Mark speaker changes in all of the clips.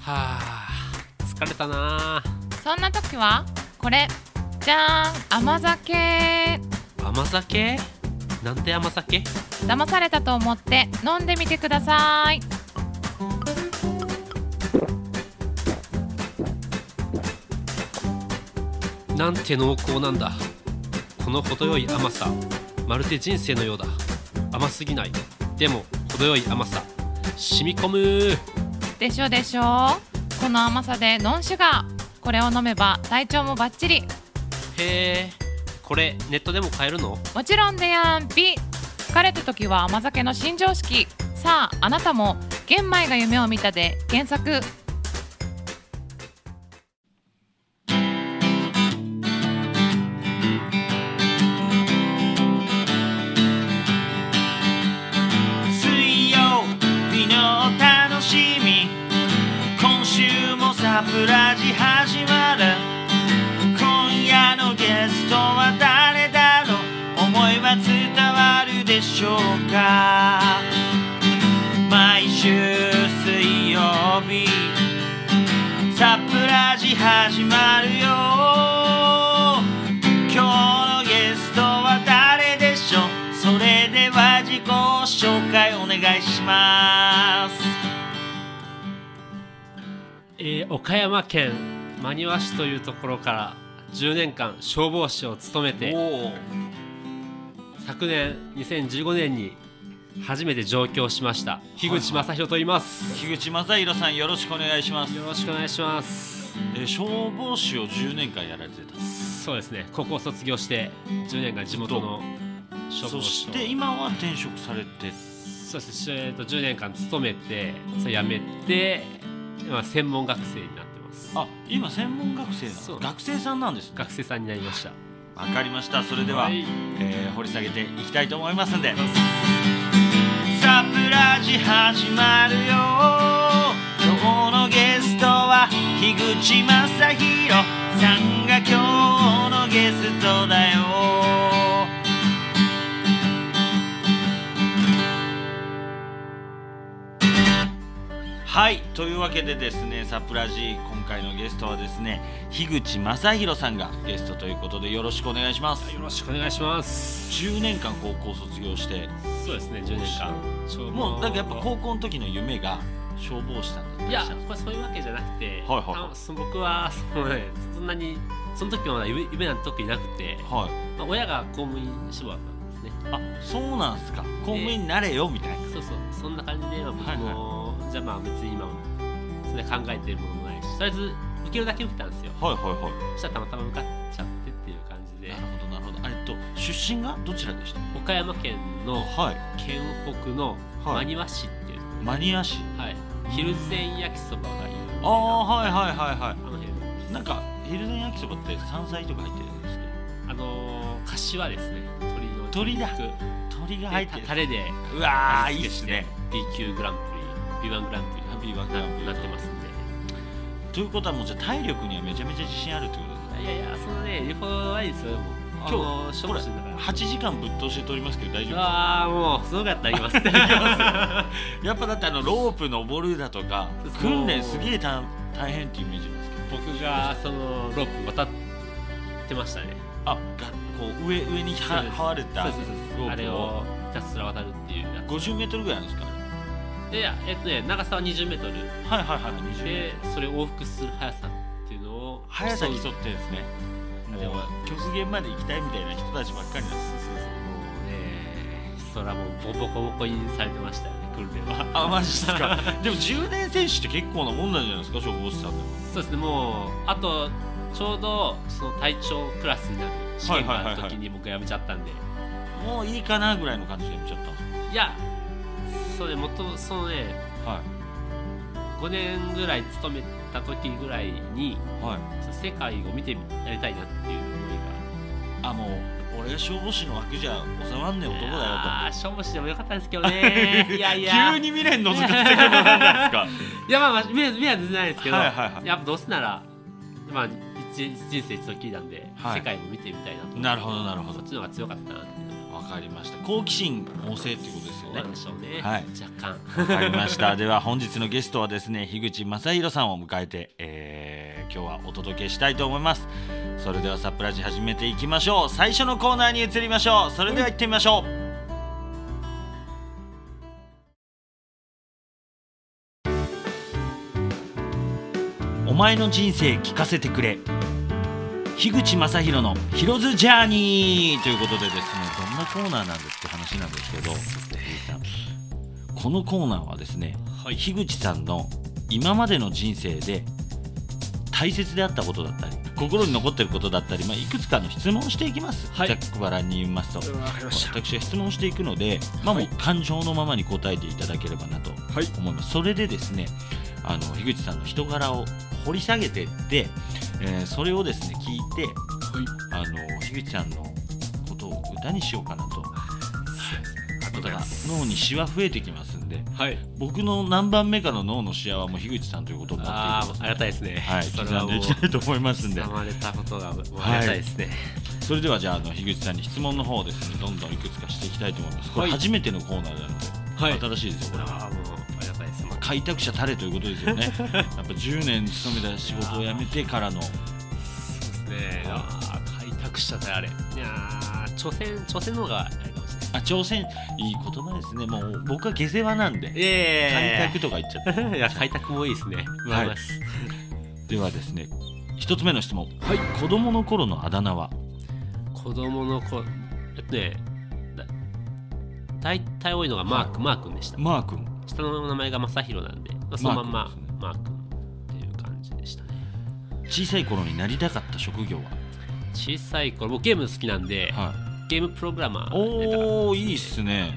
Speaker 1: はあ疲れたな
Speaker 2: そんな時はこれじゃーん甘酒
Speaker 1: 甘酒なんて甘酒
Speaker 2: 騙されたと思って飲んでみてください
Speaker 1: なんて濃厚なんだこの程よい甘さまるで人生のようだ甘すぎないでも程よい甘さ染み込む
Speaker 2: でしょでしょこの甘さでノンシュガーこれを飲めば体調もバッチリ
Speaker 1: へえこれネットでも買えるの
Speaker 2: もちろんでやんぴ疲れた時は甘酒の新常識さああなたも「玄米が夢を見た」で検索
Speaker 3: 水曜日の楽しみ今週もサプラジ始まる今夜のゲストは誰だろう思いは伝わるでしょうか毎週水曜日サプラジ始まるよ今日のゲストは誰でしょうそれでは自己紹介お願いします
Speaker 1: えー岡山県真庭市というところから10年間消防士を務めて
Speaker 3: お
Speaker 1: 昨年2015年に初めて上京しました樋口正弘と言います、
Speaker 3: 樋口正宏さんよろしくお願いします、
Speaker 1: よろしくお願いします
Speaker 3: えー消防士を10年間やられてた
Speaker 1: そうですね高校卒業して10年間地元の消
Speaker 3: そ
Speaker 1: 防
Speaker 3: し
Speaker 1: 士を
Speaker 3: て今は転職されて
Speaker 1: そうですね、えーと10年間勤めてそれ辞めて今専門学生になってます
Speaker 3: あ今専門学生な
Speaker 1: そ
Speaker 3: の
Speaker 1: う
Speaker 3: 学生さんなんですね
Speaker 1: 学生さんになりました
Speaker 3: わかりましたそれでは、
Speaker 1: はい
Speaker 3: えー掘り下げていきたいと思いますんでサプラジ始まるよ今日のゲストは樋口正宏さんが今日のゲストだよはいというわけでですねサプラジ今回のゲストはですね樋口正宏さんがゲストということでよろしくお願いします
Speaker 1: よろしくお願いします
Speaker 3: 10年間高校卒業して
Speaker 1: そうですね10年間消防
Speaker 3: もうなんかやっぱ高校の時の夢が消防士さんだった
Speaker 1: い
Speaker 3: り
Speaker 1: や
Speaker 3: したんです
Speaker 1: これそういうわけじゃなくて、
Speaker 3: はいはい
Speaker 1: たそ僕はその、ね、そんなにその時はまだ夢夢なんて特になくて、
Speaker 3: かはい
Speaker 1: まあ、親が公務員志望だったんですね
Speaker 3: あそうなんすか公務員になれよみたいな、
Speaker 1: そうそうそんな感じで、まあ、僕も、じゃあまあ別に今もそれ考えてるものもないしとりあえず受けるだけ受けたんですよ
Speaker 3: はいはいは
Speaker 1: そしたらたまたま受かっちゃってっていう感じで
Speaker 3: なるほどなるほどあえっと出身がどちらでした
Speaker 1: 岡山県の
Speaker 3: はい
Speaker 1: 県北の
Speaker 3: は
Speaker 1: 真
Speaker 3: い
Speaker 1: 庭市っていう、
Speaker 3: マニア市
Speaker 1: はい昼前焼きそばが有名
Speaker 3: あ
Speaker 1: な
Speaker 3: あはいはいはいは
Speaker 1: あの辺です
Speaker 3: いなんかヒルデン焼きそばって山菜とか入ってるんです
Speaker 1: あのー、柏ですね鳥の
Speaker 3: 鳥だ
Speaker 1: 肉
Speaker 3: けど鶏が入
Speaker 1: で
Speaker 3: ってる
Speaker 1: タレで
Speaker 3: うわーい
Speaker 1: 味付
Speaker 3: いっ
Speaker 1: け
Speaker 3: す
Speaker 1: して
Speaker 3: ね
Speaker 1: B 級グランプリ B1 グランプリ
Speaker 3: B1 グランプリ
Speaker 1: ななってますんで
Speaker 3: ということはもうじゃあ体力にはめちゃめちゃ自信あるってことですね
Speaker 1: いやいやそのねよほどないですよでも
Speaker 3: あ
Speaker 1: 今
Speaker 3: の
Speaker 1: 日勝負してんだから
Speaker 3: 8時間ぶっ通して撮りますけど大丈夫ですか
Speaker 1: ああもうすごかったら言います
Speaker 3: やっぱだってあのロープ登るだとか
Speaker 1: そうそう
Speaker 3: 訓練すげえ大大変っていうイメージなんですけど
Speaker 1: 僕がそのロープ渡ってましたね
Speaker 3: あがこう上上には
Speaker 1: そうです
Speaker 3: はわれた
Speaker 1: そう
Speaker 3: ロ
Speaker 1: そうそうそうあ
Speaker 3: ー
Speaker 1: れ
Speaker 3: プを
Speaker 1: をひたすら渡るっていうやつ
Speaker 3: 50メートルぐらいなんですかあ
Speaker 1: でいやえっとね長さは 20m
Speaker 3: れはいはいはい20メー
Speaker 1: で
Speaker 3: トル
Speaker 1: それを往復する速さっていうのを
Speaker 3: 速さ
Speaker 1: 競
Speaker 3: 競
Speaker 1: う
Speaker 3: ってですね
Speaker 1: あれ
Speaker 3: も
Speaker 1: は
Speaker 3: う極限まで行きたいみたいな人たちばっかりなんです
Speaker 1: ねえそらもうボコボコにされてましたよね訓練は
Speaker 3: あマジっすかでも10年選手って結構なもんなんじゃないですか消防士さんでも
Speaker 1: そうですねもうあとちょうどその隊長クラスになる試験がある時に僕辞めちゃったんで、い
Speaker 3: もういいかなぐらいの感じでやっちゃったんですか
Speaker 1: やそれもとそのね
Speaker 3: は
Speaker 1: 5年ぐらい勤めた時ぐらいに
Speaker 3: いはい
Speaker 1: その世界を見てみやりたいなっていう思い
Speaker 3: あもう俺が消防士の枠じゃ収まんねえ
Speaker 1: が
Speaker 3: 男だよと
Speaker 1: ああ勝負してもよかったんですけどねいやいや
Speaker 3: 急に未練のぞかせてくるのなんです
Speaker 1: いやまあまあ目は目は出てないですけど、
Speaker 3: はいはいはい
Speaker 1: やっぱどうせならまあ一人生一度きりなんで、
Speaker 3: はい
Speaker 1: 世界も見てみたいなと
Speaker 3: かなるほどなるほ
Speaker 1: そっちの方が強かったなっていうの
Speaker 3: どわ分かりました好奇心旺盛っていうことです
Speaker 1: そ
Speaker 3: よ
Speaker 1: う
Speaker 3: ね
Speaker 1: なんでしょうね、
Speaker 3: はい
Speaker 1: 若干
Speaker 3: わかりました。では本日のゲストはですね、樋口正宏さんを迎えて、えー今日はお届けしたいと思います。それではサプライズ始めていきましょう。最初のコーナーに移りましょう。それでは行ってみましょう。お前の人生聞かせてくれ。樋口正宏のヒロズジャーニーということでですね、どんなコーナーなんですって話なんですけど、このコーナーはですね、
Speaker 1: はい
Speaker 3: 樋口さんの今までの人生で大切であったことだったり心に残ってることだったり、まあ、いくつかの質問をしていきます、
Speaker 1: はい
Speaker 3: ざっくばらんに言いますと
Speaker 1: わかりま
Speaker 3: 私が質問していくので、まあ、もう感情のままに答えていただければなと
Speaker 1: はい
Speaker 3: 思います、それでですねあの樋口さんの人柄を掘り下げてって、えーそれをですね聞いてあの樋口さんのことを歌にしようかなと
Speaker 1: りがとうございます
Speaker 3: 脳にシワ増えてきますんで
Speaker 1: はい、
Speaker 3: 僕の何番目かの脳のシワはもう樋口さんということに
Speaker 1: あ
Speaker 3: なってい
Speaker 1: ー
Speaker 3: ます
Speaker 1: ありがたいですね
Speaker 3: はい、
Speaker 1: それは
Speaker 3: 刻ん
Speaker 1: も
Speaker 3: で
Speaker 1: う
Speaker 3: いきたいと思いますんで
Speaker 1: 刻まれたことがもうありがたいですね、
Speaker 3: それではじゃああの樋口さんに質問の方をですねどんどんいくつかしていきたいと思いますこ
Speaker 1: は
Speaker 3: れ
Speaker 1: い
Speaker 3: 初めてのコーナーなので、
Speaker 1: はい
Speaker 3: 新しいですよこれは
Speaker 1: ああもうありがたいですまあ
Speaker 3: 開拓者たれということです よねやっぱ10年勤めた仕事を辞めてからの
Speaker 1: そうですねあー開拓者であれいやー朝鮮朝鮮の方があれかもしれない
Speaker 3: あ挑戦いい言葉ですねもう僕は下世話なんで開
Speaker 1: え
Speaker 3: 拓とか言っちゃった
Speaker 1: 拓いや 開拓もいいですね
Speaker 3: はい
Speaker 1: 思います
Speaker 3: ではですね一つ目の質問
Speaker 1: はい
Speaker 3: 子供の頃のあだ名は
Speaker 1: 子供の子えっとねだ大体多いのがマーク、マー君でした
Speaker 3: マー君
Speaker 1: 下の名前が正弘なんで、まあ、そのまんまマ
Speaker 3: マ
Speaker 1: ー君っていう感じでしたね
Speaker 3: 小さい頃になりたかった職業は
Speaker 1: 小さい頃僕ゲーム好きなんで、
Speaker 3: はい
Speaker 1: ゲームプログラマーでた
Speaker 3: お ーいいっすね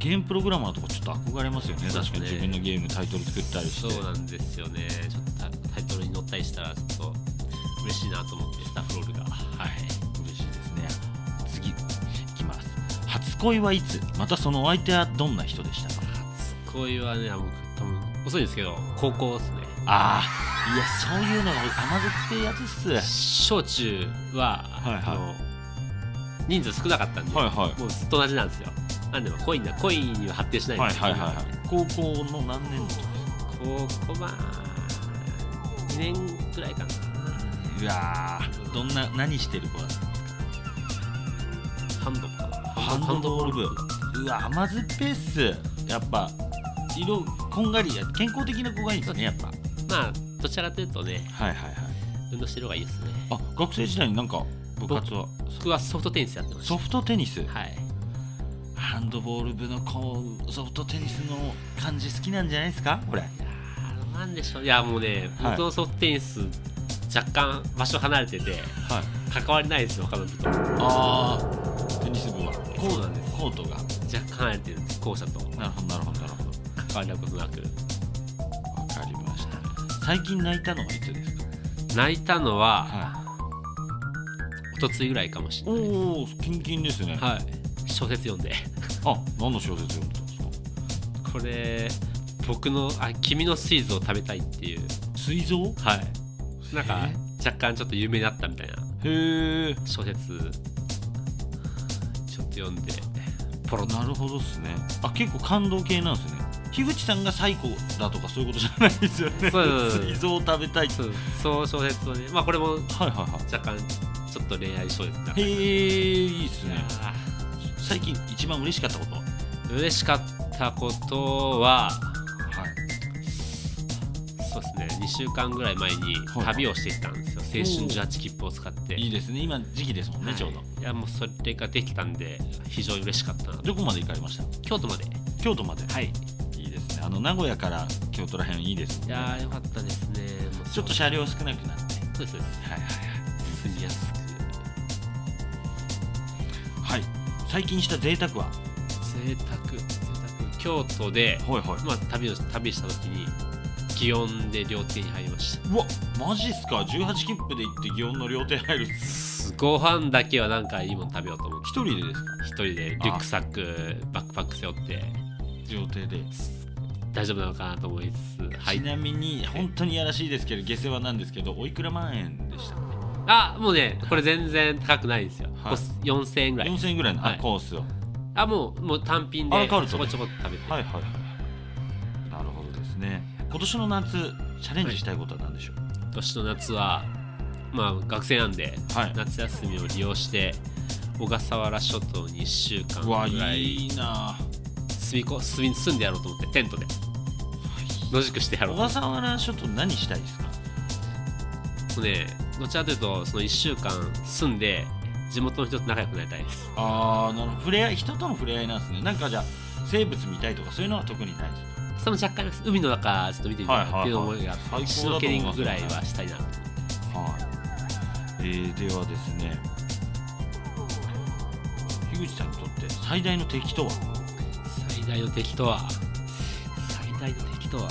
Speaker 3: ゲームプログラマーとかちょっと憧れますよね
Speaker 1: そうで
Speaker 3: 確
Speaker 1: す
Speaker 3: か
Speaker 1: ね
Speaker 3: に自分のゲームタイトル作ったりして
Speaker 1: そうなんですよねちょっとタイトルに載ったりしたらちょっと嬉しいなと思ってスタッフロールが
Speaker 3: はい嬉しいですね次いきます初恋はいつまたそのお相手はどんな人でしたか
Speaker 1: 初恋はね僕多分遅いんですけど高校ですね
Speaker 3: ああいやそういうのが甘酸っぱいやつっす
Speaker 1: 小中は、
Speaker 3: はいはい
Speaker 1: あの人数少なかったんで、
Speaker 3: はいはい
Speaker 1: もうずっと同じなんですよなんでまあ恋には恋には発展しないん
Speaker 3: は
Speaker 1: で
Speaker 3: い
Speaker 1: す
Speaker 3: はいはい
Speaker 1: い
Speaker 3: 高校の何年の時
Speaker 1: 高校まあ2年くらいかな
Speaker 3: うわーどんな何してる子だった
Speaker 1: ハンドボール
Speaker 3: ハンドボール部うわ甘酸っぱいっすやっぱ色こんがりや健康的な子がいいんですねやっぱ
Speaker 1: まあどちらかというとね
Speaker 3: はいはいはい
Speaker 1: 運動してる方がいいですね
Speaker 3: あ学生時代になんか部活は
Speaker 1: 僕はソフトテニスやってました
Speaker 3: ソフトテニス、
Speaker 1: はい
Speaker 3: ハンドボール部のこうソフトテニスの感じ好きなんじゃないですかこれ
Speaker 1: あのなんでしょういやもうね、
Speaker 3: はい
Speaker 1: 僕のソフトテニス若干場所離れてて
Speaker 3: はい
Speaker 1: 関わりないですよ他の人と若
Speaker 3: ああテニス部はコ
Speaker 1: そうなんです
Speaker 3: コートが
Speaker 1: 干離れてるんです校舎と
Speaker 3: なるほどなるほどなるほど
Speaker 1: 関わり合うことなく
Speaker 3: わかりました最近泣いたのはいつですか
Speaker 1: 泣いたのは
Speaker 3: は
Speaker 1: 一昨日ぐらいかもし
Speaker 3: い
Speaker 1: れないです
Speaker 3: おおキンキンですね、い、
Speaker 1: はい小説読んで
Speaker 3: あ何の小説読んでたんですか
Speaker 1: これ僕のあ君のスイーツを食べたいっていう
Speaker 3: 膵臓
Speaker 1: はいなんか若干ちょっと有名だったみたいな
Speaker 3: へえ
Speaker 1: 小説ちょっと読んでポロッと
Speaker 3: なるほどですねあ結構感動系なんですね樋口さんが最高だとかそういうことじゃないですよね
Speaker 1: そうそうそう
Speaker 3: 膵臓を食べたいって
Speaker 1: そうそう小説をねまあこれも
Speaker 3: はいはいは
Speaker 1: 若干ちょっと恋愛小説だ
Speaker 3: い。へえ、いいっすね。
Speaker 1: あ
Speaker 3: 最近一番嬉しかったこと。は
Speaker 1: ー嬉しかったことはそうですね2週間ぐらい前に
Speaker 3: はい
Speaker 1: 旅をしてきたんですよ青春18切符を使って
Speaker 3: いいですね。今時期ですもんね、
Speaker 1: はい
Speaker 3: ちょうど。
Speaker 1: いやもうそれができたんで非常に嬉しかったな
Speaker 3: どこまで行かれました。
Speaker 1: 京都まで
Speaker 3: 京都まで。
Speaker 1: はい
Speaker 3: いいですね。あの名古屋から京都ら辺いいですも
Speaker 1: い
Speaker 3: んね。
Speaker 1: やーよかったですねもう
Speaker 3: ちょっと車両少なくなって。
Speaker 1: そうですそうです
Speaker 3: はい
Speaker 1: 住みやすく
Speaker 3: はいはい。最近した贅沢は。
Speaker 1: 贅沢贅沢京都で、
Speaker 3: はいはい。
Speaker 1: まあ、旅を旅した時に祇園で料亭に入りました
Speaker 3: うわ、マジっすか。18切符で行って祇園の料亭入るんです。
Speaker 1: ご飯だけはなんかいいもの食べようと思って
Speaker 3: 一人でですか。
Speaker 1: 一人でリュックサックバックパック背負って
Speaker 3: 料亭で。
Speaker 1: 大丈夫なのかなと思いつつは
Speaker 3: ち
Speaker 1: い
Speaker 3: なみに本当にやらしいですけど下世話なんですけどおいくら万円でしたかね
Speaker 1: あもうねこれ全然高くないですよ、
Speaker 3: はい
Speaker 1: こう4000円ぐらい
Speaker 3: 4000円ぐらいの、あ
Speaker 1: はい
Speaker 3: コースを
Speaker 1: あもうもう単品
Speaker 3: アラ
Speaker 1: でち
Speaker 3: カ
Speaker 1: ょ
Speaker 3: ルト
Speaker 1: こちょこ食べて、
Speaker 3: はいはいはいなるほどですね今年の夏チャレンジしたいことは何でしょう
Speaker 1: 今年の夏はまあ学生なんで、
Speaker 3: はい
Speaker 1: 夏休みを利用して小笠原諸島に1週間
Speaker 3: うわ
Speaker 1: ぐらい
Speaker 3: いいな
Speaker 1: 住みこ住み住んでやろうと思ってテントで野宿してやろ
Speaker 3: 小
Speaker 1: うと思っ
Speaker 3: 笠原諸島何したいですか
Speaker 1: てねどちらかというとその1週間住んで地元の人と仲良くなりたいです
Speaker 3: ああなるほど触れ合い人との触れ合いなんですねなんかじゃあ生物見たいとかそういうのは特にないです
Speaker 1: その若干です海の中ちょっと見てみたいなっていう思いがあって、
Speaker 3: はいはいはい
Speaker 1: シュノーケリングぐらいはしたいなと
Speaker 3: はい、えー、ではですね樋口さんにとって最大の敵とは
Speaker 1: 最大の敵とは最大の敵とは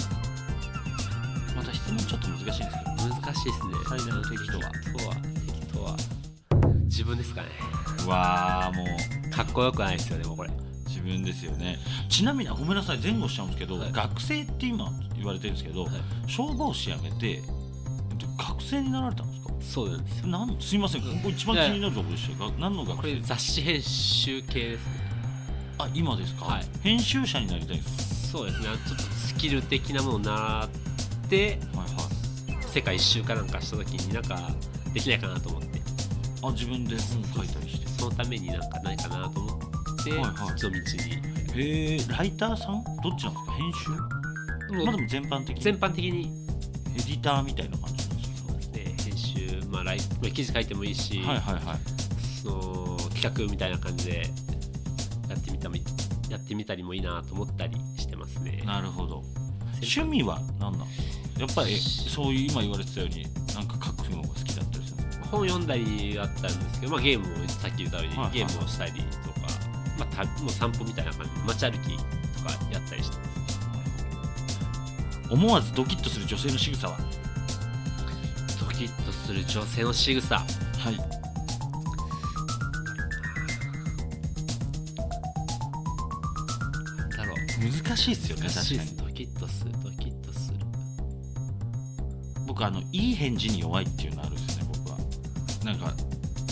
Speaker 3: また質問ちょっと難しいんですけど
Speaker 1: 難しいですね
Speaker 3: 最大の敵とは
Speaker 1: とは敵とは自分ですかね
Speaker 3: うわあもう
Speaker 1: かっこよくないですよねもうこれ
Speaker 3: 自分ですよねちなみにごめんなさい前後しちゃうんですけど、
Speaker 1: はい
Speaker 3: 学生って今言われてるんですけど、
Speaker 1: はい
Speaker 3: 消防士辞めて学生になられたんですか
Speaker 1: そうなんですよ
Speaker 3: なんすいませんここ一番気になるところでしたが何の
Speaker 1: こ
Speaker 3: 学
Speaker 1: れ
Speaker 3: 生
Speaker 1: 雑誌編集系ですね
Speaker 3: あ今ですか、
Speaker 1: はい
Speaker 3: 編集者になりたいんです
Speaker 1: そうですねちょっとスキル的なものを習って
Speaker 3: かはいはい
Speaker 1: 世界一周かなんかした時になんかできないかなと思って
Speaker 3: あ自分で本書いたりして
Speaker 1: そのためになんかないかなと思って、
Speaker 3: はいはい
Speaker 1: そっちの道に
Speaker 3: へえライターさんどっちなんですか編集まあでも全般的に
Speaker 1: 全般的に
Speaker 3: エディターみたいな感じなんです
Speaker 1: そうですね編集、まあ、ライまあ記事書いてもいいし、
Speaker 3: かはいはいはい
Speaker 1: その企画みたいな感じでやってみたみやってみたりもいいなと思ったりしてますね。
Speaker 3: なるほど
Speaker 1: 先
Speaker 3: 趣味は何なんですかやっぱりそういう今言われてたようになんか書くのが好きだったりするんですか
Speaker 1: 本読んだりあったんですけど、まあ、ゲームをさっき言ったように、
Speaker 3: はいはい
Speaker 1: ゲームをしたりとか、まあ、たもう散歩みたいな感じで街歩きとかやったりしてます。
Speaker 3: 思わずドキッとする女性の仕草は
Speaker 1: ドキッとする女性の仕草
Speaker 3: はい
Speaker 1: なんだろう
Speaker 3: 難しいですよね
Speaker 1: 難しいです
Speaker 3: 確かに
Speaker 1: ドキッとするドキッとする
Speaker 3: 僕あのいい返事に弱いっていうのあるんですね僕はなんか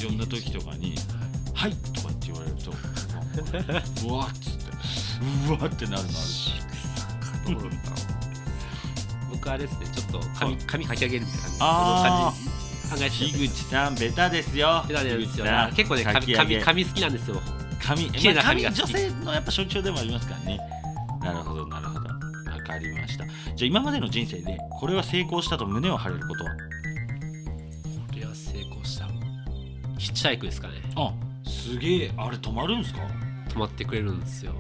Speaker 3: 呼んだ時とかに「はい」とかって言われると うわっつってうわってな るのあるし
Speaker 1: 仕草かどうなんだろう僕はあれですねちょっと髪髪かき上げるみたいな感
Speaker 3: あ
Speaker 1: じその感じ考えて
Speaker 3: 樋口さんベタですよ
Speaker 1: たんですよ
Speaker 3: 樋口さん
Speaker 1: 結構ね
Speaker 3: か
Speaker 1: 髪
Speaker 3: き上
Speaker 1: 髪
Speaker 3: げ
Speaker 1: 髪好きなんですよ
Speaker 3: 髪
Speaker 1: 綺麗な
Speaker 3: まあ
Speaker 1: 髪が好き
Speaker 3: 女性のやっぱ象徴でもありますからねなるほどなるほどわかりましたじゃあ今までの人生でこれは成功したと胸を張れることは
Speaker 1: これは成功したヒッチハイクですかね
Speaker 3: あすげえあれ止まるんですか
Speaker 1: 泊まってくれるんですよも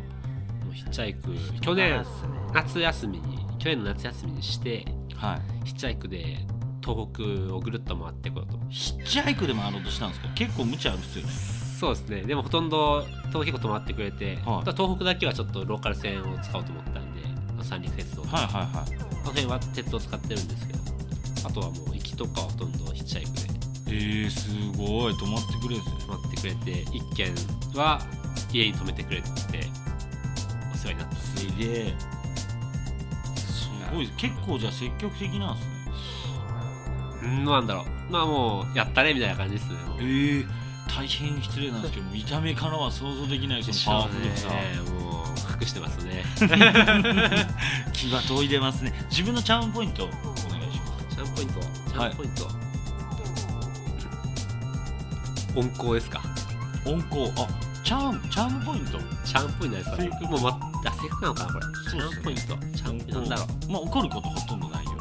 Speaker 1: うヒッチハイク去年夏休みに去年の夏休みにして
Speaker 3: は
Speaker 1: ヒッチハイクで東北をぐるっと回ってこようと
Speaker 3: いヒッチハイクで回ろうとしたんですか結構無茶あるっすよね
Speaker 1: そうですねでもほとんど東結構泊まってくれて、
Speaker 3: はい
Speaker 1: ただ東北だけはちょっとローカル線を使おうと思ったんで三陸鉄道、
Speaker 3: はいはいはい
Speaker 1: この辺は鉄道を使ってるんですけどあとはもう行きとかはほとんどヒッチハイクで
Speaker 3: えー、すごい止まってくれるんですね
Speaker 1: 泊まってくれて1軒は家に泊めてくれてお世話になったんです
Speaker 3: すげえすごい結構じゃあ積極的なんですね
Speaker 1: うんどうなんだろうまあもうやったねみたいな感じですねもう
Speaker 3: えー、大変失礼なんですけど見た目からは想像できないそのパワフルさ
Speaker 1: ねもう隠してますね
Speaker 3: 気が遠いでますね自分のチャームポイントお願いします
Speaker 1: チャームポイントチャームポイント、温厚ですか
Speaker 3: 温厚あチャームチャームポイント
Speaker 1: チャームポイントですか
Speaker 3: フェ
Speaker 1: ね
Speaker 3: イク
Speaker 1: もう、ま、あ正確なのかなこれチ
Speaker 3: そ
Speaker 1: ャ
Speaker 3: う
Speaker 1: ー
Speaker 3: っすね
Speaker 1: ムポイントチャームポイントなんだろう
Speaker 3: うまあ怒ることほとんどないよと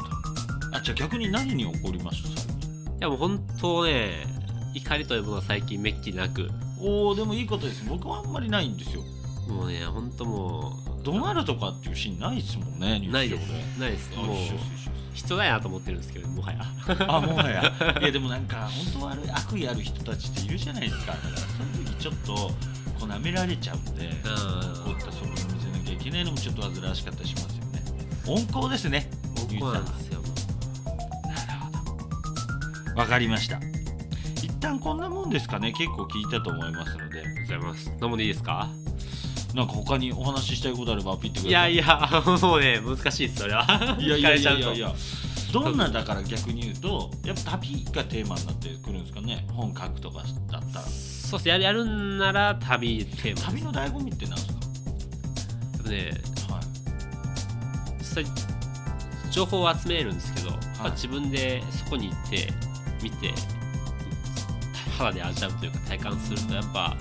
Speaker 3: あじゃあ逆に何に怒りました最近
Speaker 1: いやもう本当ね怒りというものは最近めっきりなく
Speaker 3: おおでもいいことです僕はあんまりないんですよ
Speaker 1: もうね本当も
Speaker 3: 怒鳴るとかっていうシーンないですもんね
Speaker 1: う
Speaker 3: 日
Speaker 1: ない
Speaker 3: 常で
Speaker 1: ですないです
Speaker 3: あ
Speaker 1: もう
Speaker 3: 一緒です一緒です
Speaker 1: 必要ないなと思ってるんですけどもはや
Speaker 3: あもはやいやでもなんか本当は悪い悪意ある人たちっているじゃないですかだからそういう時ちょっとこう舐められちゃうんで
Speaker 1: うん
Speaker 3: 怒ったそぶり見せなきゃいけないのもちょっと煩わしかったりしますよね温厚ですねゆ
Speaker 1: 僕
Speaker 3: うさん
Speaker 1: は
Speaker 3: は
Speaker 1: なんですよも
Speaker 3: わかりました一旦こんなもんですかね結構聞いたと思いますので
Speaker 1: うございます飲んでいいですか
Speaker 3: なんか他にお話ししたいことあればピッてください
Speaker 1: いやいやもうね難しいですそれはい
Speaker 3: やいやいやい
Speaker 1: 聞か
Speaker 3: やい
Speaker 1: れちゃう
Speaker 3: やどんなだから逆に言うとやっぱ旅がテーマになってくるんですかね本書くとかだったら
Speaker 1: そうですねやるやるんなら旅テーマ
Speaker 3: 旅の醍醐味って何です
Speaker 1: でもね
Speaker 3: かはい
Speaker 1: 実際情報を集めるんですけど、まあ自分でそこに行って見て肌で味わうというか体感するとやっぱ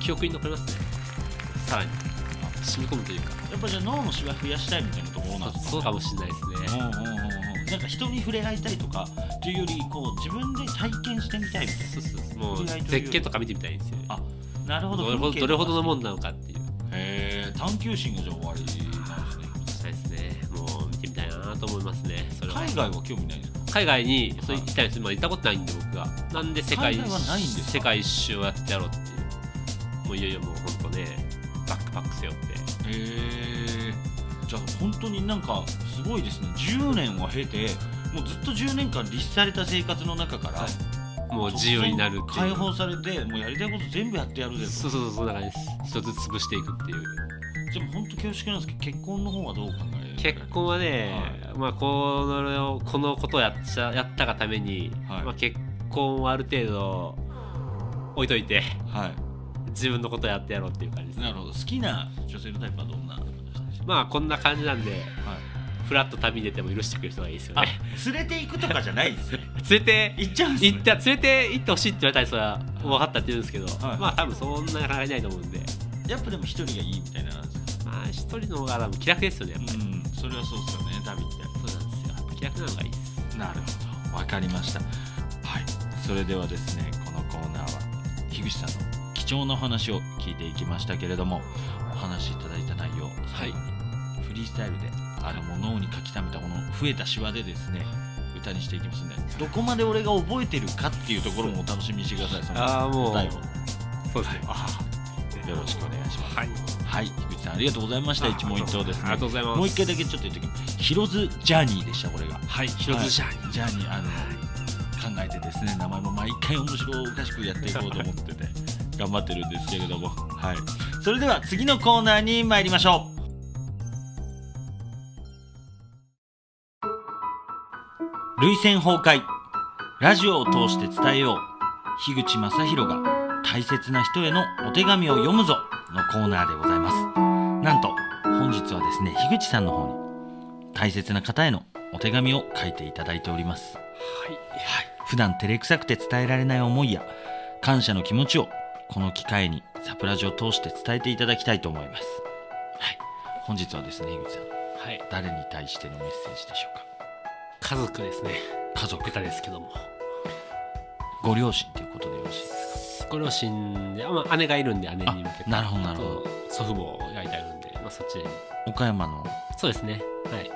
Speaker 1: 記憶に残りますねさらに染み込むというか
Speaker 3: やっぱじゃあ脳のシワ増やしたいみたいなところなんですか
Speaker 1: そうかもしれないです
Speaker 3: うん
Speaker 1: ね
Speaker 3: うんうんうんなんか人に触れ合いたいとかというよりこう自分で体験してみたいみたいな
Speaker 1: そうそうそうもう絶景とか見てみたいんですよね
Speaker 3: あなるほど
Speaker 1: どれほどどれほどのもんなのかっていう
Speaker 3: へえ探求心がじゃあ終わりなんですね
Speaker 1: そうですねもう見てみたいなと思いますねそれは
Speaker 3: 海外は興味ないですか
Speaker 1: 海外にそう行ったりするまで行ったことないんで僕がなんで世界
Speaker 3: 海外はないんですか
Speaker 1: 世界一周をやってやろうっていうもういよいよもうほんとねバックパック背負って
Speaker 3: へえじゃあ本当になんかすごいですね10年を経てもうずっと10年間律された生活の中から、
Speaker 1: はもう自由になるってい
Speaker 3: 解
Speaker 1: う
Speaker 3: 放されてもうやりたいこと全部やってやるぜと
Speaker 1: そうそうそうそんな感じです一つ潰していくっていう
Speaker 3: でも本当恐縮なんですけど結婚の方はどう考え
Speaker 1: 結婚はね、まあこのこのことをやっちゃやったがために、
Speaker 3: はい
Speaker 1: まあ、結婚はある程度置いといて
Speaker 3: は
Speaker 1: 自分のことやってやろうっていう感じです
Speaker 3: いなるほど好きな女性のタイプはどんな方ですか
Speaker 1: まあこんな感じなんで
Speaker 3: はい
Speaker 1: フラッと旅に出ても許してくれる人がいいですよ
Speaker 3: あ
Speaker 1: ね
Speaker 3: 連れて行くとかじゃな いですね
Speaker 1: 連れて
Speaker 3: 行っちゃうんですね
Speaker 1: 行った連れて行ってほしいって言われたらそれは分かったって言うんですけど、
Speaker 3: はい
Speaker 1: まあ多分そんな考えないと思うんで
Speaker 3: やっぱでも一人がいいみたいななんですね
Speaker 1: まあ一人の方が多分気楽ですよねやっぱり、
Speaker 3: うんそれはそうですよね旅って
Speaker 1: そうなんですよやっぱ気楽なのがいいです
Speaker 3: なるほどわかりましたはいそれではですねこのコーナーは樋口さんの貴重なお話を聞いていきましたけれどもお話しいただいた内容
Speaker 1: はい
Speaker 3: フリースタイルであのもう脳に書き溜めたこの増えたシワでですね歌にしていきますんでどこまで俺が覚えてるかっていうところもお楽しみにしてくださいその
Speaker 1: ああもう
Speaker 3: 答えを
Speaker 1: そうですね
Speaker 3: よろしくお願いします
Speaker 1: はい
Speaker 3: はい樋口さんありがとうございました
Speaker 1: あ
Speaker 3: 一問一答です
Speaker 1: あ
Speaker 3: ね
Speaker 1: りがとうございます
Speaker 3: もう一回だけちょっと言っておきますヒロズジャーニーでしたこれが
Speaker 1: はい広津社員
Speaker 3: ジャーニーあの考えてですね名前も毎回面白おかしくやっていこうと思ってて頑張ってるんですけれどもはいそれでは次のコーナーに参りましょう涙腺崩壊ラジオを通して伝えよう樋口正宏が大切な人へのお手紙を読むぞのコーナーでございますなんと本日はですね樋口さんの方に大切な方へのお手紙を書いていただいております普段照れくさくて伝えられない思いや感謝の気持ちをこの機会にサプラジを通して伝えていただきたいと思いますはい本日はですね井口さん
Speaker 1: はい、はい、
Speaker 3: 誰に対してのメッセージでしょう
Speaker 1: 家族ですね
Speaker 3: か家族
Speaker 1: ベタですけども
Speaker 3: ご両親ということでよろしいですか
Speaker 1: ご両親で、あまあ、姉がいるんで姉に向けて
Speaker 3: あなるほどなるほど
Speaker 1: ど祖父母がいてあるんで、まあ、そっちで
Speaker 3: 岡山の
Speaker 1: そうですねはい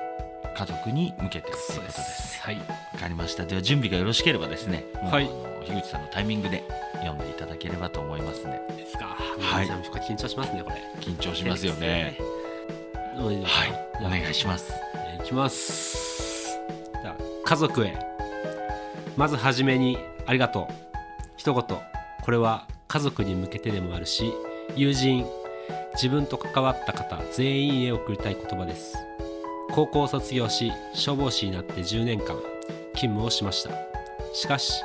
Speaker 3: 家族に向けてということ
Speaker 1: そう
Speaker 3: で
Speaker 1: ですすはい
Speaker 3: わかりましたでは準備がよろしければですねもう
Speaker 1: はい
Speaker 3: あの樋口さんのタイミングで読んでいただければと思いますね
Speaker 1: ですか
Speaker 3: はい
Speaker 1: なんか緊張しますねこれ
Speaker 3: 緊張します よね
Speaker 1: はい
Speaker 3: はいお願い
Speaker 1: し
Speaker 3: します
Speaker 1: ますいきますじゃあ家族へまずはじめにありがとう一言これは家族に向けてでもあるし友人自分と関わった方全員へ送りたい言葉です高校を卒業し消防士になって10年間勤務をしましたしかし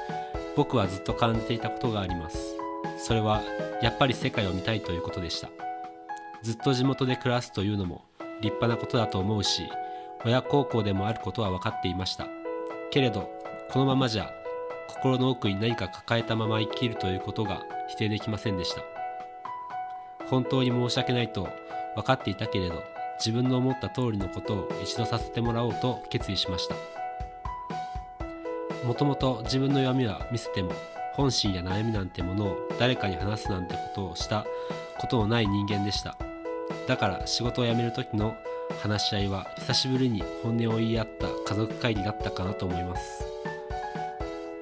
Speaker 1: 僕はずっと感じていたことがありますそれはやっぱり世界を見たいということでしたずっと地元で暮らすというのも立派なことだと思うし親孝行でもあることは分かっていましたけれどこのままじゃ心の奥に何か抱えたまま生きるということが否定できませんでした本当に申し訳ないと分かっていたけれど自分の思った通りのことを一度させてもらおうと決意しましたもともと自分の弱みは見せても本心や悩みなんてものを誰かに話すなんてことをしたことのない人間でしただから仕事を辞める時の話し合いは久しぶりに本音を言い合った家族会議だったかなと思います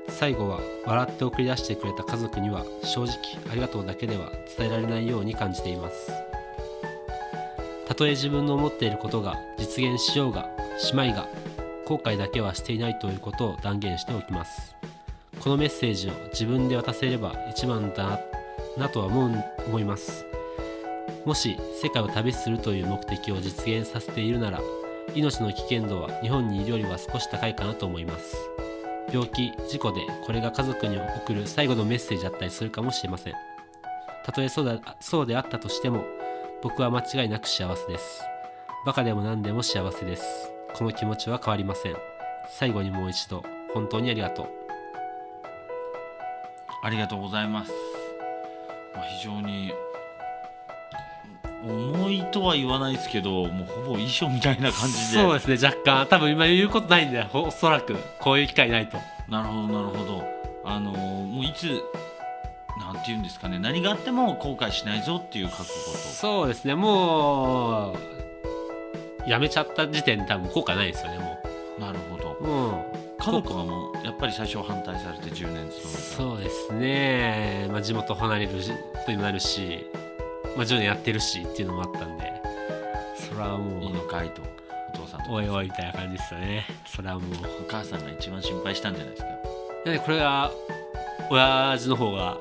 Speaker 1: 最後は笑って送り出してくれた家族には正直ありがとうだけでは伝えられないように感じていますたとえ自分の思っていることが実現しようがしまいが後悔だけはしていないということを断言しておきますこのメッセージを自分で渡せれば一番だなとは思う思いますもし世界を旅するという目的を実現させているなら命の危険度は日本にいるよりは少し高いかなと思います病気事故でこれが家族に送る最後のメッセージだったりするかもしれませんたとえそうだそうであったとしても僕は間違いなく幸せですバカでも何でも幸せですこの気持ちは変わりません最後にもう一度本当にありがとう
Speaker 3: ありがとうございます、まあ、非常に重いとは言わないですけどもうほぼ衣装みたいな感じで
Speaker 1: そうですね若干多分今言うことないんでおおそらくこういう機会ないと
Speaker 3: なるほどなるほどあのーもういつなんて言うんですかね何があっても後悔しないぞっていう覚悟と
Speaker 1: そうですねもうやめちゃった時点で多分効果ないですよねも
Speaker 3: なるほど
Speaker 1: ううん
Speaker 3: 家族はもうやっぱり最初反対されて10年勤めた
Speaker 1: そうですね、まあ、地元離れることにもなるし、まあ、10年やってるしっていうのもあったんでそれはもう
Speaker 3: いいのかいとお父さんと
Speaker 1: おいおいみたいな感じですよねそれはもう
Speaker 3: お母さんが一番心配したんじゃないですか
Speaker 1: なんでこれが親父の方が
Speaker 3: あ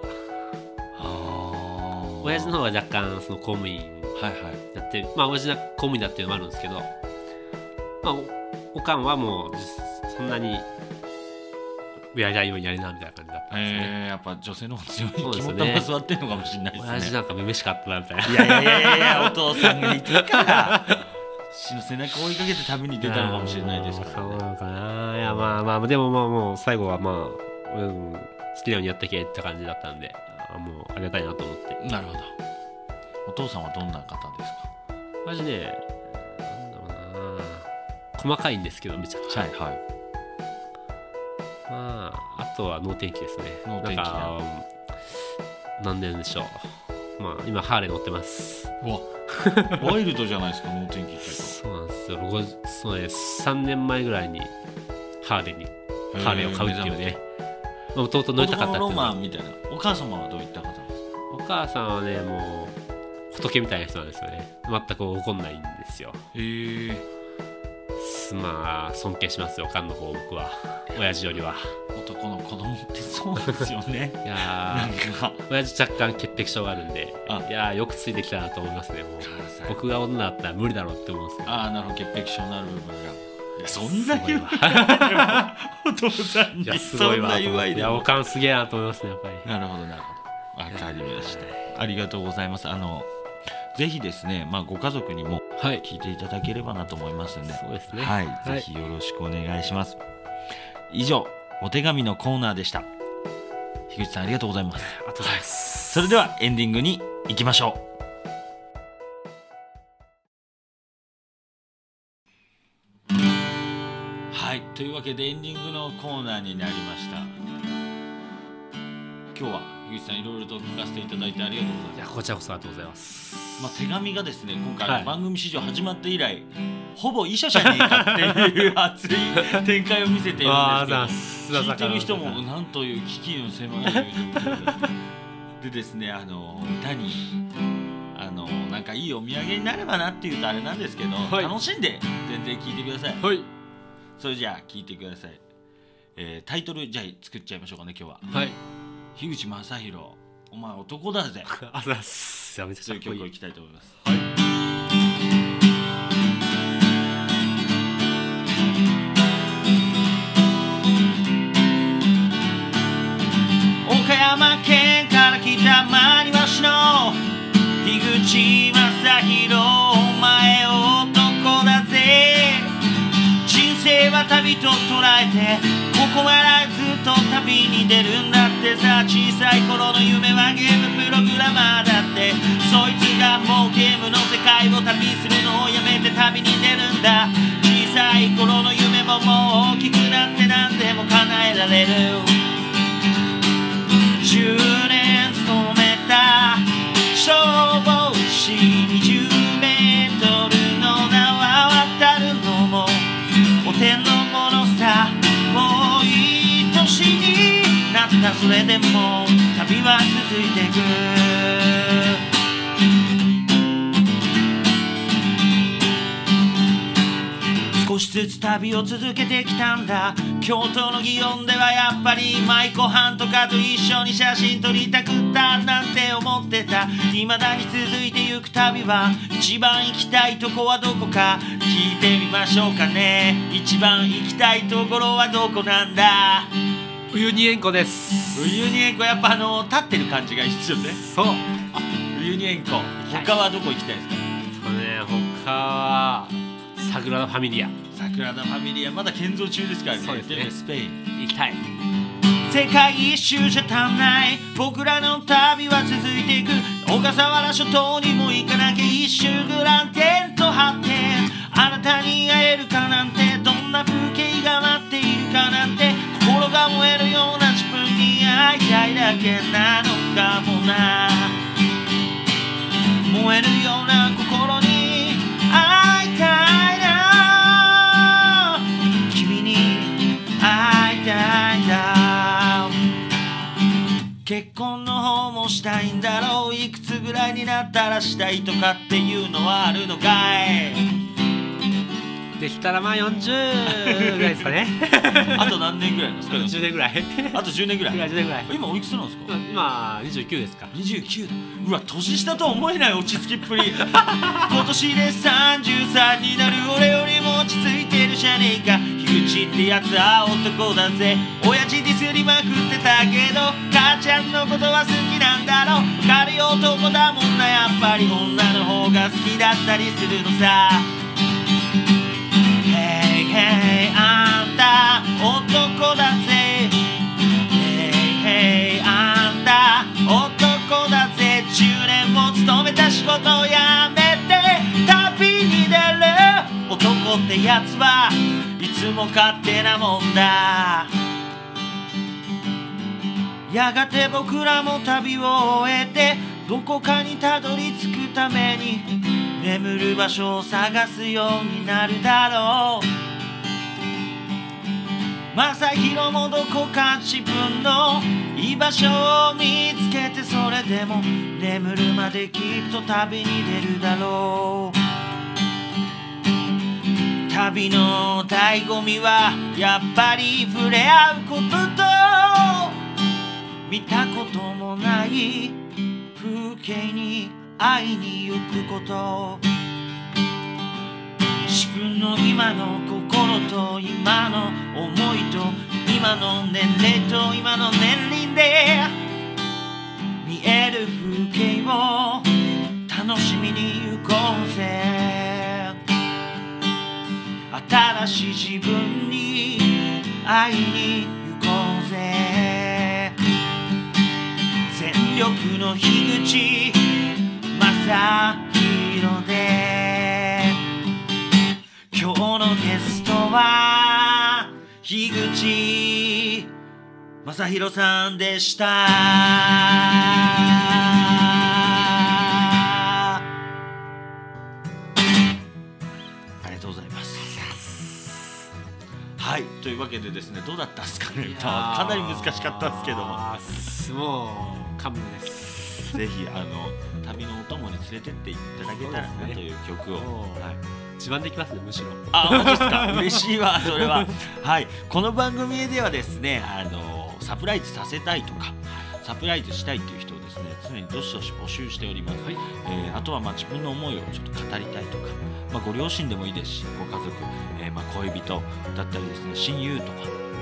Speaker 3: あ
Speaker 1: 親父の方が若干その公務員
Speaker 3: はいはい
Speaker 1: やってるまあ親父が公務員だっていうのもあるんですけどまあおおかんはもう実そんなにやりたいようにやりなみたいな感じだったんですよね、
Speaker 3: えー、やっぱ女性の方が強い
Speaker 1: そうで
Speaker 3: 肝
Speaker 1: すね
Speaker 3: っ玉が座ってるのかもしれないですね
Speaker 1: 親父なんかめめしかったなみたいない
Speaker 3: やいやいやいやお父さんがいた から父の背中を追いかけて旅に出たのかもしれないですから
Speaker 1: そう
Speaker 3: ね
Speaker 1: なのかないやまあまあでもまあもう最後はまあ、うん、好きなようにやってけって感じだったんであもうありがたいなと思って
Speaker 3: なるほどお父さんはどんな方です
Speaker 1: マジねなんだろうな細かいんですけどめちゃくち
Speaker 3: か
Speaker 1: ゃ、
Speaker 3: はいはい
Speaker 1: まああとは能天気ですね
Speaker 3: 能天気ね
Speaker 1: なんか、うん何年でしょうまあ今ハーレー乗ってます
Speaker 3: う わワイルドじゃないですか能天気っていう
Speaker 1: そうなんですよごそうです3年前ぐらいにハーレーに
Speaker 3: か
Speaker 1: ハーレーを買うっていうねまあ弟乗りたかったっていうの
Speaker 3: 子供のロ
Speaker 1: が
Speaker 3: マンみたいなお母様はどういった方です
Speaker 1: お母さんはねもう仏みたいな人なんですよね全く怒んないんですよ
Speaker 3: へえ
Speaker 1: すまあ尊敬しますよ菅の方僕は親父よりは
Speaker 3: 男の子供ってそうですよ ね
Speaker 1: い
Speaker 3: な
Speaker 1: や
Speaker 3: んか
Speaker 1: ー親父若干潔癖症があるんで
Speaker 3: あ
Speaker 1: いやーよくついてきたなと思いますねもう僕が女だったら無理だろうって思うんですけど
Speaker 3: ああなるほど潔癖症になる部分がいやそんな
Speaker 1: すごい
Speaker 3: 言
Speaker 1: わ
Speaker 3: わお父さんに
Speaker 1: いやす
Speaker 3: そ
Speaker 1: ごい
Speaker 3: ん
Speaker 1: わ
Speaker 3: な
Speaker 1: と
Speaker 3: 言
Speaker 1: 思っ
Speaker 3: わ
Speaker 1: て
Speaker 3: い
Speaker 1: い
Speaker 3: で
Speaker 1: や
Speaker 3: も
Speaker 1: おかんすげえなと思いますねやっぱり
Speaker 3: なるほどなるほどわかりましたありがとうございますあのぜひですねまあご家族にも
Speaker 1: はい
Speaker 3: 聞いていただければなと思いますんで
Speaker 1: そうですね
Speaker 3: はい、
Speaker 1: はい
Speaker 3: ぜひよろしくお願いします以上お手紙のコーナーでした樋口さんありがとうございます
Speaker 1: ありがとうございます
Speaker 3: それではエンディングに行きましょうはいというわけでエンディングのコーナーになりました今日は樋口さんいろいろと聞かせていただいてありがとうござい
Speaker 1: い
Speaker 3: ま
Speaker 1: やこちらこそありがとうございます
Speaker 3: す、まあ、手紙がですね今回、
Speaker 1: はい
Speaker 3: 番組史上始まって以来ほぼ遺書じゃねえかっていう熱い展開を見せて いるんですけど
Speaker 1: す
Speaker 3: 聞いてる人もなんという危機の狭い状況ででですねあの歌にあのなんかいいお土産になればなっていうとあれなんですけど、
Speaker 1: はい
Speaker 3: 楽しんで全然聞いてください
Speaker 1: はい
Speaker 3: それじゃあ聞いてください、えータイトルじゃあ作っちゃいましょうかね今日は
Speaker 1: はい
Speaker 3: 「樋口正宏お前男だ
Speaker 1: あ
Speaker 3: ぜ」
Speaker 1: りがとうございますいやめちゃくち
Speaker 3: と
Speaker 1: ゃ
Speaker 3: い
Speaker 1: か
Speaker 3: う
Speaker 1: っこい
Speaker 3: 曲をい
Speaker 1: い
Speaker 3: きたいと思います
Speaker 1: はい
Speaker 3: 岡山県から来たマニワシの樋口正宏お前男だぜ人生は旅と捉えてここからずっと旅に出るんだってさ小さい頃の夢はゲームプログラマーだってそいつがもうゲームの世界を旅するのをやめて旅に出るんだ小さい頃の夢ももう大きくなって何でも叶えられる10年勤めた消防士20メートルの名は渡るのもお手の物さもういい年になったそれでも旅は続いてく少しずずつ旅を続けてきたんだ京都の祇園ではやっぱり舞妓はんとかと一緒に写真撮りたくったなんて思ってた未だに続いてゆく旅は一番行きたいとこはどこか聞いてみましょうかね一番行きたいところはどこなんだ
Speaker 1: ウユニ塩湖です
Speaker 3: ウユニ塩湖やっぱあの立ってる感じがいいですよね
Speaker 1: そう
Speaker 3: ウユニ塩湖
Speaker 1: はい
Speaker 3: 他はどこ行きたいですか
Speaker 1: そうね他はサグラダ・ファミリア
Speaker 3: 桜田ファミリアまだ建造中ですからね
Speaker 1: そうですね
Speaker 3: スペイン
Speaker 1: 行きたい
Speaker 3: 世界一周じゃ足んない僕らの旅は続いていく小笠原諸島にも行かなきゃ一周グランテント発展あなたに会えるかなんてどんな風景が待っているかなんて心が燃えるような自分に会いたいだけなのかもな燃えるような心に会いたいな君に会いたいな結婚の方もしたいんだろういくつぐらいになったらしたいとかっていうのはあるのかい
Speaker 1: できたらまあ40ぐらいですかね
Speaker 3: あと何年ぐらいなんですか
Speaker 1: 10年ぐらい
Speaker 3: あと10年ぐらい
Speaker 1: 10年ぐらい
Speaker 3: 今おいくつなんですか
Speaker 1: 今29ですか
Speaker 3: 29だうわ年下とは思えない落ち着きっぷり 今年で33になる俺よりも落ち着いてるじゃねえか樋口ってやつは男だぜ親父ディスりまくってたけど母ちゃんのことは好きなんだろう彼るよ男だもんなやっぱり女の方が好きだったりするのさ Hey hey あんた男だぜ Hey, hey, あんた男だぜ10年も勤めた仕事を辞めて旅に出る男ってやつはいつも勝手なもんだやがて僕らも旅を終えてどこかにたどり着くために眠る場所を探すようになるだろう正宏もどこか自分の居場所を見つけてそれでも眠るまできっと旅に出るだろう旅の醍醐味はやっぱり触れ合うことと見たこともない風景に会いに行くこと自分の今の心と今の思いと今の年齢と今の年輪で見える風景を楽しみに行こうぜ新しい自分に会いに行こうぜ全力の樋口正宏で今日のゲストは樋口正宏さんでしたありがとうございますはいというわけでですねどうだったですかね歌は かなり難しかったですけども
Speaker 1: すけどももう感無です
Speaker 3: ぜひあの旅のお供に連れてっていただけたら
Speaker 1: そうで
Speaker 3: な
Speaker 1: すね
Speaker 3: という曲を、
Speaker 1: もう
Speaker 3: はい、
Speaker 1: 自慢できますねむしろ
Speaker 3: あマジですか 嬉しいわそれははいこの番組ではですねあのサプライズさせたいとかサプライズしたいっていう人をですね常にどしどし募集しております、
Speaker 1: はい
Speaker 3: えーあとはまあ自分の思いをちょっと語りたいとか、まあ、ご両親でもいいですしご家族、えーまあ恋人だったりですね親友とか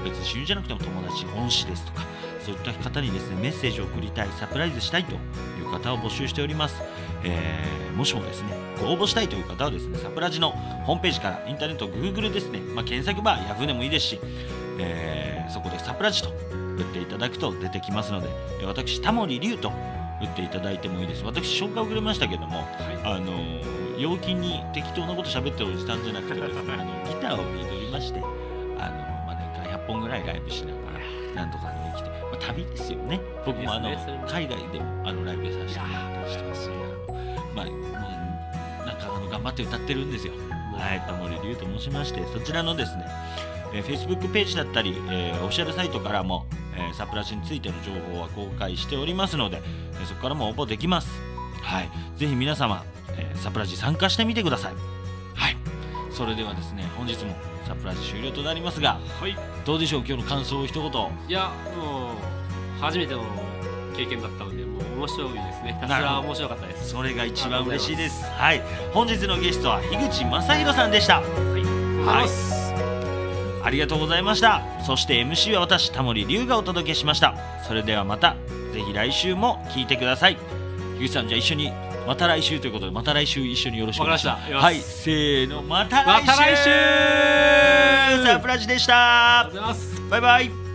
Speaker 3: 別に親友じゃなくても友達恩師ですとかそういった方にですねメッセージを送りたいサプライズしたいという方を募集しております、えーもしもですねご応募したいという方はですねサプラジのホームページからインターネット Google ですね、まあ、検索バー Yahoo でもいいですし、えーそこでサプラジと打っていただくと出てきますのでえー私タモリ龍と打っていただいてもいいです私紹介遅れましたけども
Speaker 1: はい
Speaker 3: あのー陽気に適当なこと喋ってるおじさんじゃなくてですねあのギターを踊りましてあの、まあ、年間100本ぐらいライブしながらなんとかできて、まあ、旅ですよね僕もあの
Speaker 1: いいですねそ
Speaker 3: 海外でもあのライブさせてもらったりしてますしまあもうなんかあの頑張って歌ってるんですよはいタモリ龍と申しましてそちらのですねえー Facebook ページだったり、えーオフィシャルサイトからも、えーサプラシについての情報は公開しておりますので、えーそこからも応募できますはいぜひ皆様、えーサプラジ参加してみてくださいはいそれではですね本日もサプライズ終了となりますが
Speaker 1: はい
Speaker 3: どうでしょう今日の感想を一言
Speaker 1: いやもう初めての経験だったのでもう面白いですねひたす
Speaker 3: なるほ
Speaker 1: ら
Speaker 3: ど
Speaker 1: 面白かったです
Speaker 3: それが一番嬉しいですはい本日のゲストは樋口正宏さんでし
Speaker 1: は
Speaker 3: た
Speaker 1: い
Speaker 3: はいありがとうございましたそして MC は私タモリ龍がお届けしましたそれではまたぜひ来週も聞いてください樋口さんじゃあ一緒にまた来週ということでまた来週一緒によろしくお願いしま
Speaker 1: わか
Speaker 3: す
Speaker 1: りました
Speaker 3: はいせーのまた来週,、
Speaker 1: また来週
Speaker 3: サプラジでした
Speaker 1: ありがとうございます
Speaker 3: バイバイ